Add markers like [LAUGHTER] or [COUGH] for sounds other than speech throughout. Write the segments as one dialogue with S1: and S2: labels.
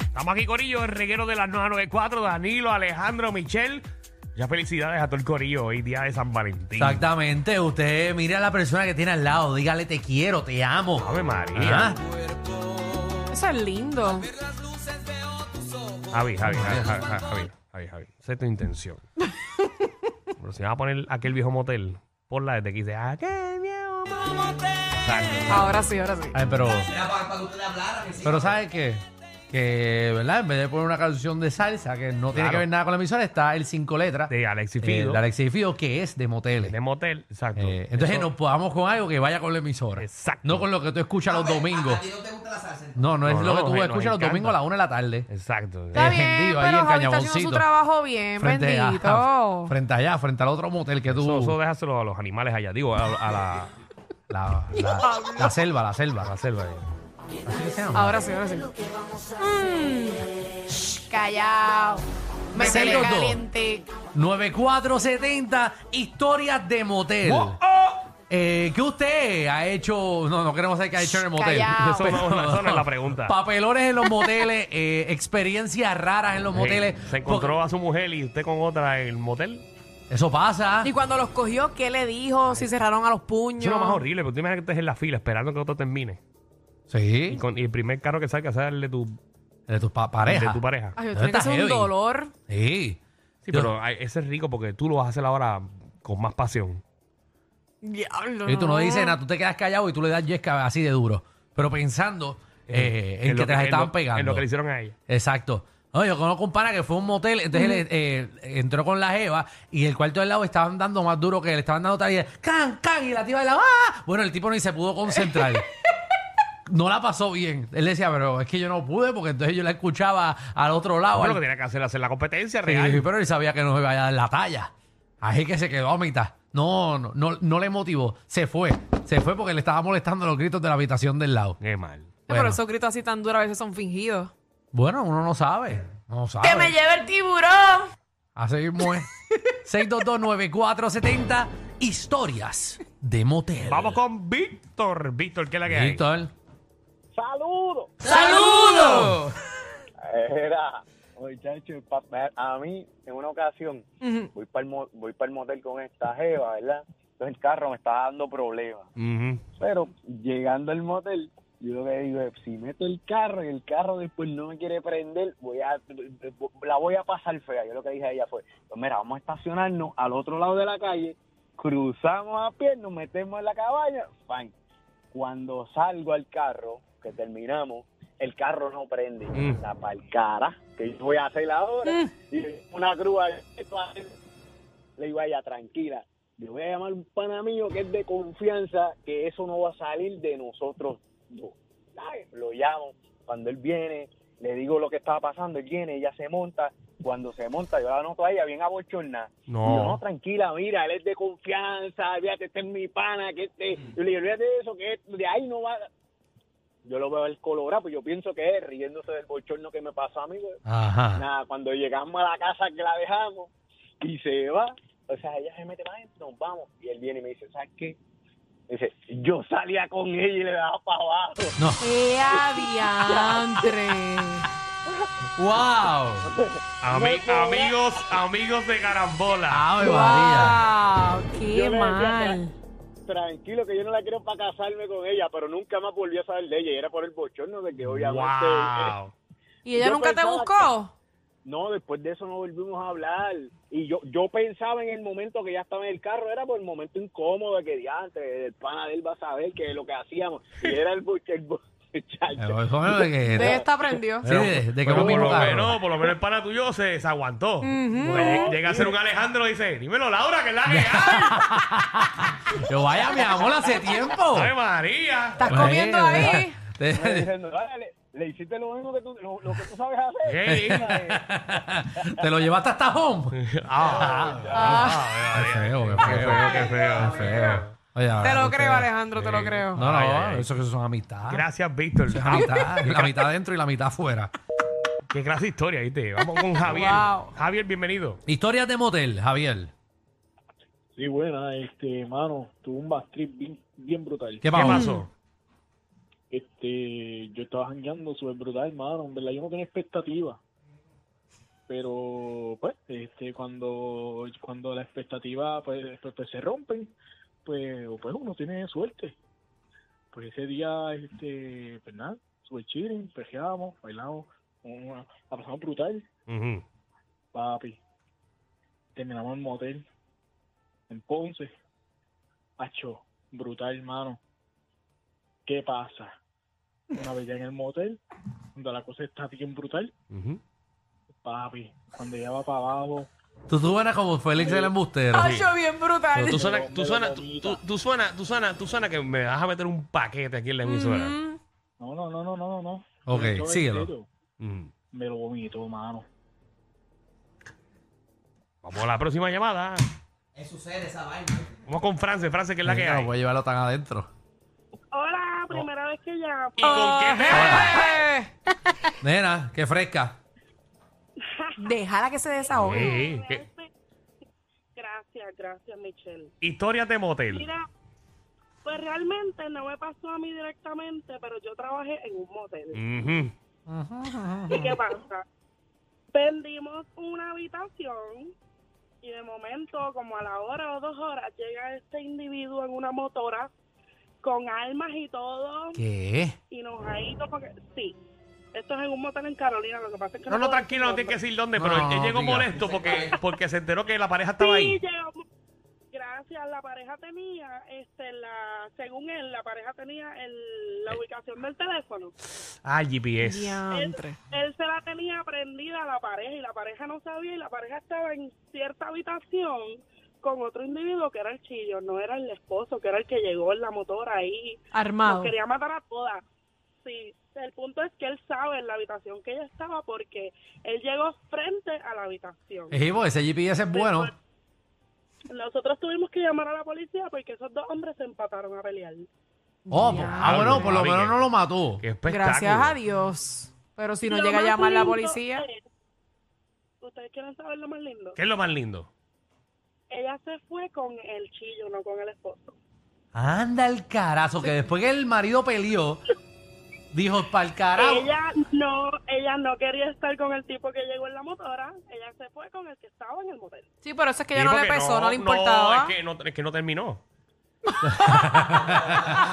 S1: Estamos aquí, Corillo, el reguero de las 994, Danilo, Alejandro, Michelle. Ya felicidades a todo el Corillo hoy, día de San Valentín.
S2: Exactamente, usted mire a la persona que tiene al lado, dígale te quiero, te amo.
S1: Ave María.
S2: Ah,
S3: Eso es lindo.
S1: Javi, Javi, Javi, Javi, Javi, Javi, Javi, Javi, sé tu
S2: [LAUGHS]
S1: intención. Pero si me vas a poner aquel viejo motel, por la desde que dice aquel viejo motel.
S3: Ahora sí, ahora sí.
S2: Ay, pero. Pero ¿sabes qué? Que, ¿verdad? En vez de poner una canción de salsa que no tiene
S1: Claro.
S2: que ver nada con la emisora, está el cinco letras
S1: De Alexis
S2: eh,
S1: Fido,
S2: de Alexis Fido, que es de moteles.
S1: de motel, exacto.
S2: Eh, entonces
S1: Eso-
S2: nos podamos con algo que vaya con la emisora.
S1: Exacto.
S2: No con lo que tú escuchas los domingos.
S4: Ah, pues, ¿A ti no te gusta la salsa?
S2: No, no es
S1: No,
S2: lo que
S1: no,
S2: tú
S1: nos- nos
S2: escuchas los
S1: encanta.
S2: domingos a la una de la tarde.
S1: Exacto.
S3: Está
S2: Eh,
S3: bien,
S2: gendido ahí
S3: pero
S2: en
S3: Javi está haciendo su
S2: Cañaboncito.
S3: trabajo
S4: Eh,
S3: bien,
S2: a-
S3: bendito.
S2: [LAUGHS] frente allá, frente al otro motel que tú.
S1: Eso, eso déjaselo a los animales allá, digo, a, a la,
S2: [LAUGHS] La, la- la selva, la selva.
S1: a la selva. ahí.
S2: ¿Así que se llama?
S3: Ahora sí, ahora sí. Mm. Shh, Callao. Me
S2: Métele
S3: sale
S2: los dos.
S3: caliente.
S2: 9470, historias de motel. Eh, ¿Qué usted ha hecho? No, no queremos saber qué ha hecho en el motel.
S3: Callao.
S1: Eso no, no, eso no es la pregunta.
S2: [LAUGHS] Papelones en los moteles, eh, experiencias raras en los moteles.
S1: Sí, Se encontró a su mujer y usted con otra en el motel.
S2: Porque Eso pasa.
S3: Y cuando los cogió, ¿qué le dijo? Si cerraron a los puños.
S1: Eso es lo más horrible, porque tú imaginas que estés en la fila esperando que otro termine. Y,
S2: Sí.
S1: con, y el primer carro que salga sea el de tu,
S2: De tus pa- parejas.
S1: De tu pareja.
S3: Ay, Dios,
S2: Eso
S3: tiene que
S2: está
S3: ser
S2: heavy.
S3: un dolor.
S2: Sí.
S1: Sí, pero ay, ese es rico porque tú lo vas a hacer ahora con más pasión.
S3: Diablo,
S2: Y tú no
S3: Ah.
S2: dices nada, tú te quedas callado y tú le das yesca así de duro. Pero pensando eh, en,
S1: lo
S2: que te las
S1: en
S2: estaban
S1: lo-
S2: pegando. Ah,
S1: En lo que le hicieron a ella.
S2: Exacto. No, yo conozco un pana que fue a un motel, entonces él eh, entró con la Jeva y el cuarto del lado estaban dando más duro que él, estaban dando tal y can, can, y la tía bailaba. ¡ah! Bueno, el tipo ni se pudo concentrar. no la pasó bien. Él decía, pero es que yo no pude porque entonces yo la escuchaba al otro lado.
S1: Pero
S2: al-
S1: lo que tenía que hacer era hacer la competencia
S2: Sí,
S1: real.
S2: pero él sabía que no se iba a dar la talla. Así que se quedó a mitad. No, no, no, no le motivó. Se fue. Se fue porque le estaba molestando los gritos de la habitación del lado.
S1: Qué mal.
S3: No,
S2: Bueno.
S3: Pero esos gritos así tan duros a veces son fingidos.
S2: Bueno, uno no sabe. No sabe.
S3: ¡Que me lleve el tiburón!
S2: Así
S1: [LAUGHS]
S2: mismo es. 6229470 Historias de motel.
S1: Vamos con Víctor. Víctor, ¿qué es la que hay?
S2: Víctor.
S5: ¡Saludos!
S2: ¡Saludos!
S5: Era, muchachos, pa- me- a mí, en una ocasión, voy para el, voy pa'l motel con esta jeva, ¿verdad? Entonces el carro me estaba dando problemas.
S1: Ujú.
S5: Pero llegando al motel, yo lo que digo es, si meto el carro y el carro después no me quiere prender, voy a, la voy a pasar fea. Yo lo que dije a ella fue, pues mira, vamos a estacionarnos al otro lado de la calle, cruzamos a pie, nos metemos en la cabaña, fan. Cuando salgo al carro, que terminamos, el carro no prende.
S1: Mm.
S5: La palcara, que yo voy a hacer ahora, y una grúa, le digo a ella, tranquila, yo voy a llamar a un pana mío que es de confianza, que eso no va a salir de nosotros dos. Ay, Lo llamo, cuando él viene, le digo lo que estaba pasando, él viene, ella se monta, cuando se monta, yo la noto a ella bien abochornada. Y yo, no,
S1: No.
S5: tranquila, mira, él es de confianza, fíjate, este es mi pana, que este, yo le digo, olvídate de eso, que de ahí no va. Yo lo veo el colorado, pues yo pienso que es riéndose del bochorno que me pasó a mí, güey.
S2: Ajá.
S5: Nada, cuando llegamos a la casa que la dejamos y se va, o sea, ella se mete más, nos vamos. Y él viene y me dice, ¿sabes qué? Dice, yo salía con ella y le daba para abajo.
S2: No.
S3: ¡Qué
S2: [LAUGHS]
S3: adiantre!
S2: ¡Wow!
S1: Ami- amigos, amigos de Carambola.
S2: ¡Ave María!
S3: ¡Wow!
S5: Yo
S3: ¡Qué
S5: le decía,
S3: mal!
S5: "Tra- Tranquilo, que yo no la quiero para casarme con ella, pero nunca más volví a saber de ella. Y era por el bochorno de que obviamente... eh,
S1: Wow.
S3: ¿Y ella
S5: Yo
S3: nunca te
S5: pensaba
S3: buscó?
S5: no, después de eso no volvimos a hablar. Y yo yo pensaba en el momento que ya estaba en el carro, era por el momento incómodo de que diantre, el pana de él va a saber que lo que hacíamos. Y era el, bo- el bo-
S2: Eso
S5: chacho.
S2: es Eh, pues, de que-
S3: De esta aprendió.
S2: Sí, de, de que
S1: Pero
S2: vamos
S1: por
S2: mismo
S1: lo
S2: carro.
S1: menos, por lo menos el pana tuyo se, se aguantó. Porque lleg- Llega a ser un Alejandro y dice, dímelo Laura, que es la
S2: [LAUGHS]
S1: que hay.
S2: Yo vaya, mi amor, hace tiempo. Pues, eh,
S1: Ave María.
S3: ¿Estás comiendo ahí?
S2: [LAUGHS] Te-
S5: Me dicen, "Dale, le, le hiciste lo mismo que tú, lo, lo que tú sabes hacer. este,
S1: Ey.
S2: Te lo llevaste hasta home.
S1: Ah,
S2: Qué feo,
S1: qué feo, qué feo, qué feo.
S2: Oye,
S3: Te
S2: ahora
S3: lo
S2: usted-
S3: creo, Alejandro, te lo
S1: Sí.
S3: creo.
S2: No, no,
S1: Ay, ay, ay.
S2: eso que eso son amistades.
S1: Gracias, Víctor. Ah,
S2: La mitad, la mitad adentro y la mitad afuera.
S1: Qué clase de historia, ¿viste? Vamos con Javier.
S3: Wow.
S1: Javier, bienvenido.
S2: Historias de motel, Javier.
S6: Sí, buena, este, mano, tuvo un backtrip bien, bien brutal.
S2: ¿Qué
S1: ¿Qué
S2: pasó?
S1: pasó?
S5: este, yo estaba jangueando súper brutal, hermano, en verdad yo no tenía expectativa. Pero, pues, este, cuando, cuando la expectativa, pues, pues, pues, se rompen, pues, pues uno tiene suerte. Pues ese día, este, pues nada, súper chilling, pejeamos, bailamos, una, la pasamos brutal,
S1: Ujú.
S5: papi. Terminamos en motel, en Ponce. Acho, brutal, hermano. ¿Qué pasa? Una vez ya en el motel, cuando la cosa está bien brutal,
S1: Ujú.
S5: papi, cuando ya va para abajo,
S2: Tú suenas como Félix el embustero.
S3: Ay, yo bien brutal.
S1: Pero tú
S5: suena-
S1: suenas, tú
S5: me
S1: suenas,
S5: lo
S1: tú,
S5: vomita.
S1: tú- tú suenas, tú suenas, tú suenas que me vas a meter un paquete aquí en la emisora.
S3: Mm,
S5: no, no, no, no, no, no, no.
S2: Ok,
S5: Esto es
S2: síguelo.
S5: serio.
S1: Mm.
S5: Me lo vomitó, mano.
S1: Vamos a la próxima llamada.
S4: Eso sucede esa vaina.
S1: Vamos con France, France que es la que
S2: Venga,
S1: hay.
S2: No puede llevarlo tan adentro.
S6: Hola, primera vez que llamo.
S1: ¿Y con qué tema?
S3: Eh,
S2: Nena, qué fresca.
S3: Déjala que se desahogue.
S1: Sí, ¿qué?
S6: Gracias, gracias, Michelle.
S1: Historias de motel.
S6: Mira, pues realmente no me pasó a mí directamente, pero yo trabajé en un motel.
S1: Ujú.
S6: ¿Y qué pasa? Vendimos una habitación y de momento, como a la hora o dos horas, llega este individuo en una motora con armas y todo
S2: ¿Qué?
S6: y nos ha ido porque... Sí, esto es en un motel en Carolina, lo que pasa es que...
S1: No, no,
S6: puedo
S1: tranquilo, no
S6: decir
S1: tienes que decir dónde,
S2: No,
S1: pero él, él
S2: no,
S1: llegó
S2: diga.
S1: molesto porque, porque se enteró que la pareja estaba
S6: Sí,
S1: ahí.
S6: llegamos. Gracias, la pareja tenía, este, la, según él, la pareja tenía el-
S1: Eh.
S6: la ubicación del teléfono.
S1: Ah, GPS.
S6: Él,
S3: Diantre.
S6: él se la tenía prendida a la pareja y la pareja no sabía y la pareja estaba en cierta habitación con otro individuo que era el chillo, no era el esposo, que era el que llegó en la motora ahí. Nos
S3: Armado.
S6: quería matar a todas. Sí, el punto es que él sabe en la habitación que ella estaba porque él llegó frente a la habitación.
S2: Ejibo, ese GPS es bueno.
S6: Nosotros tuvimos que llamar a la policía porque esos dos hombres se empataron a pelear.
S2: Oh, pues, ah, bueno, por lo
S1: Diablo,
S2: menos no lo mató.
S1: Qué espectáculo.
S3: Gracias a Dios. Pero si no
S6: Lo
S3: llega a
S6: más
S3: llamar la
S6: lindo
S3: policía.
S6: es- ¿Ustedes quieren saber lo más lindo?
S1: ¿Qué es lo más lindo?
S6: Ella se fue con el chillo, no con el esposo.
S2: Anda el carazo, que después que el marido peleó, dijo, pa'l carajo.
S6: Ella no, ella no quería estar con el tipo que llegó en la motora. Ella se fue con el que estaba en el motel.
S3: Sí, pero eso es que
S1: Sí,
S3: ya no le
S1: porque
S3: pesó, no, le
S1: No,
S3: importaba.
S1: es que no, es que no terminó.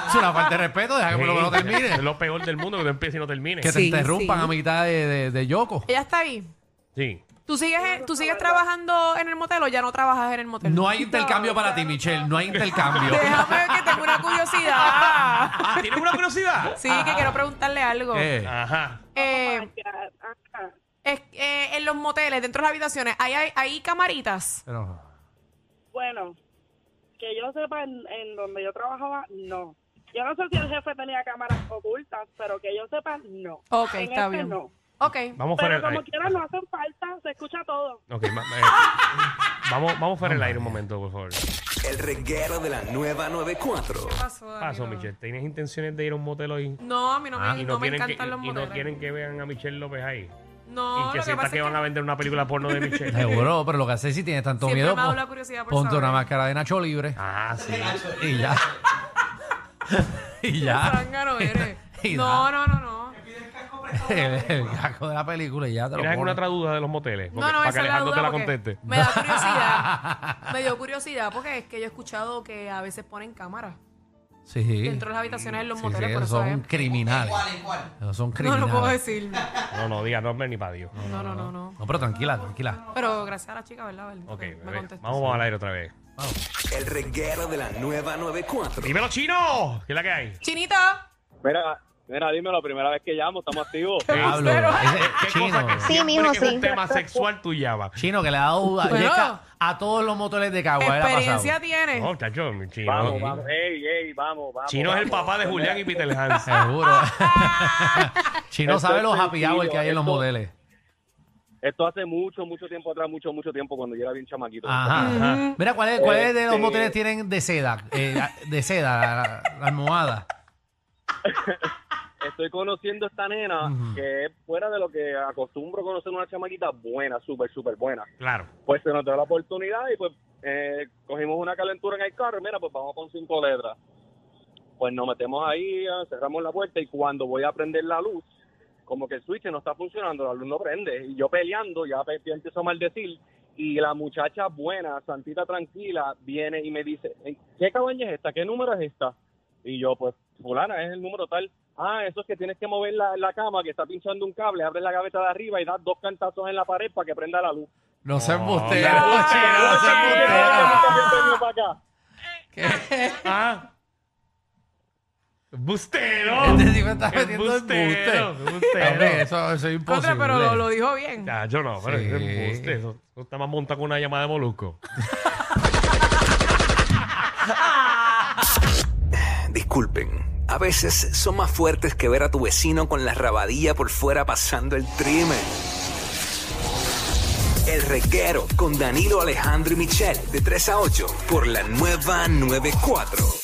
S2: Es una falta de respeto, deja que por lo menos
S1: Sí,
S2: termine.
S1: Es lo peor del mundo que tú empieces y no termines.
S2: Que te
S3: Sí,
S2: interrumpan
S3: sí.
S2: a mitad de, de, de Yoko.
S3: Ella está ahí.
S1: Sí.
S3: ¿Tú sigues, ¿Tú sigues trabajando en el motel o ya no trabajas en el motel?
S2: No hay intercambio para ti, Michelle, no hay intercambio.
S3: Déjame que tengo una curiosidad.
S1: [LAUGHS] Ah, ¿tienes una curiosidad?
S3: Sí, que quiero preguntarle algo.
S2: Eh,
S1: Ajá.
S3: Eh,
S6: Oh my God, ajá.
S3: es- eh, en los moteles, dentro de las habitaciones, ¿hay, hay, hay camaritas?
S2: pero-
S6: Bueno, que yo sepa en, en donde yo trabajaba, no. Yo no sé si el jefe tenía cámaras ocultas, pero que yo sepa, no.
S3: Ok,
S6: En
S3: está
S6: este
S3: bien.
S6: no.
S3: Ok.
S1: Vamos fuera
S6: Pero
S1: del
S6: como
S1: aire.
S6: quiera no hacen falta, se escucha todo.
S1: Ok, ma- eh, vamos, vamos fuera del aire un momento, por favor.
S7: El reguero de la nueva 94.
S1: Paso, Ah, Michelle. ¿Tienes intenciones de ir a un motel hoy?
S3: No, a mí no,
S1: Ah,
S3: me,
S1: y
S3: no
S1: no,
S3: me
S1: quieren que,
S3: encantan los
S1: y
S3: moteles.
S1: no quieren que vean a Michelle López ahí. y
S3: No,
S1: que
S3: lo que
S1: sepa
S3: pasa
S1: que,
S3: es
S1: van a vender una película porno
S2: [LAUGHS]
S1: de Michelle.
S2: Seguro, pero lo que hace si tienes tanto
S3: Siempre
S2: miedo,
S3: me ha dado
S2: pon-
S3: la curiosidad por
S2: ponte una
S3: saber.
S2: máscara de Nacho Libre
S1: Ah, sí.
S2: y ya. [LAUGHS] y ya.
S3: Zángano eres.
S2: Y
S3: No, no, no, no.
S2: [LAUGHS] El, el casco de la película y ya te lo
S1: ¿Tienes alguna
S2: pones.
S1: otra duda de los moteles?
S3: No, no,
S1: para que
S3: esa es la
S1: Alejandro
S3: duda
S1: te la
S3: porque
S1: conteste.
S3: Me da
S2: [LAUGHS]
S3: curiosidad. me dio curiosidad porque es que yo he escuchado que a veces ponen cámaras
S2: Sí.
S3: dentro de las habitaciones en los
S2: Sí, sí,
S3: moteles, por
S2: esos
S3: eso
S2: son
S3: es.
S2: criminales.
S4: ¿Cuál en cuál?
S2: Esos son
S3: No
S2: criminales.
S3: lo puedo decir.
S1: No, no, diga nombre ni para Dios.
S3: No, no, no, no.
S2: No, pero tranquila, tranquila.
S3: Pero gracias a la chica, ¿verdad? Belén?
S1: Ok,
S3: Que me
S1: bebé.
S3: contestó.
S1: vamos al aire otra vez.
S7: El reguero de la nueva 94.
S1: ¡Dímelo, chino! ¿Qué es la que hay?
S3: Chinita.
S5: Mira, mira, dime la primera vez que llamo, estamos activos.
S2: Pablo,
S3: [LAUGHS]
S2: ese-
S1: ¿Qué
S2: chino,
S1: cosa que
S6: Sí,
S1: siempre
S6: mijo,
S1: que es un
S6: sí.
S1: tema sexual tú llamas?
S2: chino que le ha dado a,
S3: Bueno.
S2: yesca a todos los motores de Cagua. él ha pasado.
S3: Experiencia tiene.
S1: No, chacho, mi chino.
S5: Vamos, vamos, [LAUGHS] ey, ey, vamos, vamos.
S1: Chino es el
S5: vamos.
S1: papá de Julián y Peter
S2: [LAUGHS]
S1: Hans.
S2: Seguro. [LAUGHS] chino
S3: Ah.
S5: Esto
S2: sabe
S5: es
S2: los happy hour
S5: sencillo,
S2: que hay en los
S5: esto-
S2: modeles.
S5: Esto hace mucho, mucho tiempo atrás, mucho, mucho tiempo, cuando yo era bien chamaquito.
S2: Ajá. Mira, ¿cuál es, cuál es de los
S5: Este-
S2: moteles tienen de seda? Eh, de seda, la, la almohada.
S5: Estoy conociendo a esta nena
S2: Ujú.
S5: que es fuera de lo que acostumbro conocer una chamaquita buena, súper, súper buena.
S1: Claro.
S5: Pues se nos dio la oportunidad y pues eh, cogimos una calentura en el carro. Mira, pues vamos con cinco letras. Pues nos metemos ahí, ah, cerramos la puerta y cuando voy a prender la luz, como que el switch no está funcionando, la luz no prende. Y yo peleando, ya, pe- ya empiezo a maldecir. Y la muchacha buena, santita tranquila, viene y me dice, "Ey, ¿qué cabaña es esta? ¿Qué número es esta? Y yo, pues, fulana, es el número tal. Ah, eso es que tienes que mover la, la cama, que está pinchando un cable, abres la gaveta de arriba y das dos cantazos en la pared para que prenda la luz.
S2: No se embustera,
S1: no,
S2: chino, no se embustera.
S5: Ah.
S2: ¿Qué?
S1: Ah. ¡Bustero!
S2: Este tipo está metiendo
S1: ¡Bustero!
S2: embuste. Hombre, eso, eso es imposible.
S3: Contra, pero lo, lo dijo bien.
S1: Ya, yo no, pero
S2: Sí.
S1: es embuste. Eso, eso está más montado con una llamada de molusco.
S7: Disculpen. A veces son más fuertes que ver a tu vecino con la rabadilla por fuera pasando el trimen. El reguero con Danilo Alejandro y Michel de 3 a 8 por la nueva 94.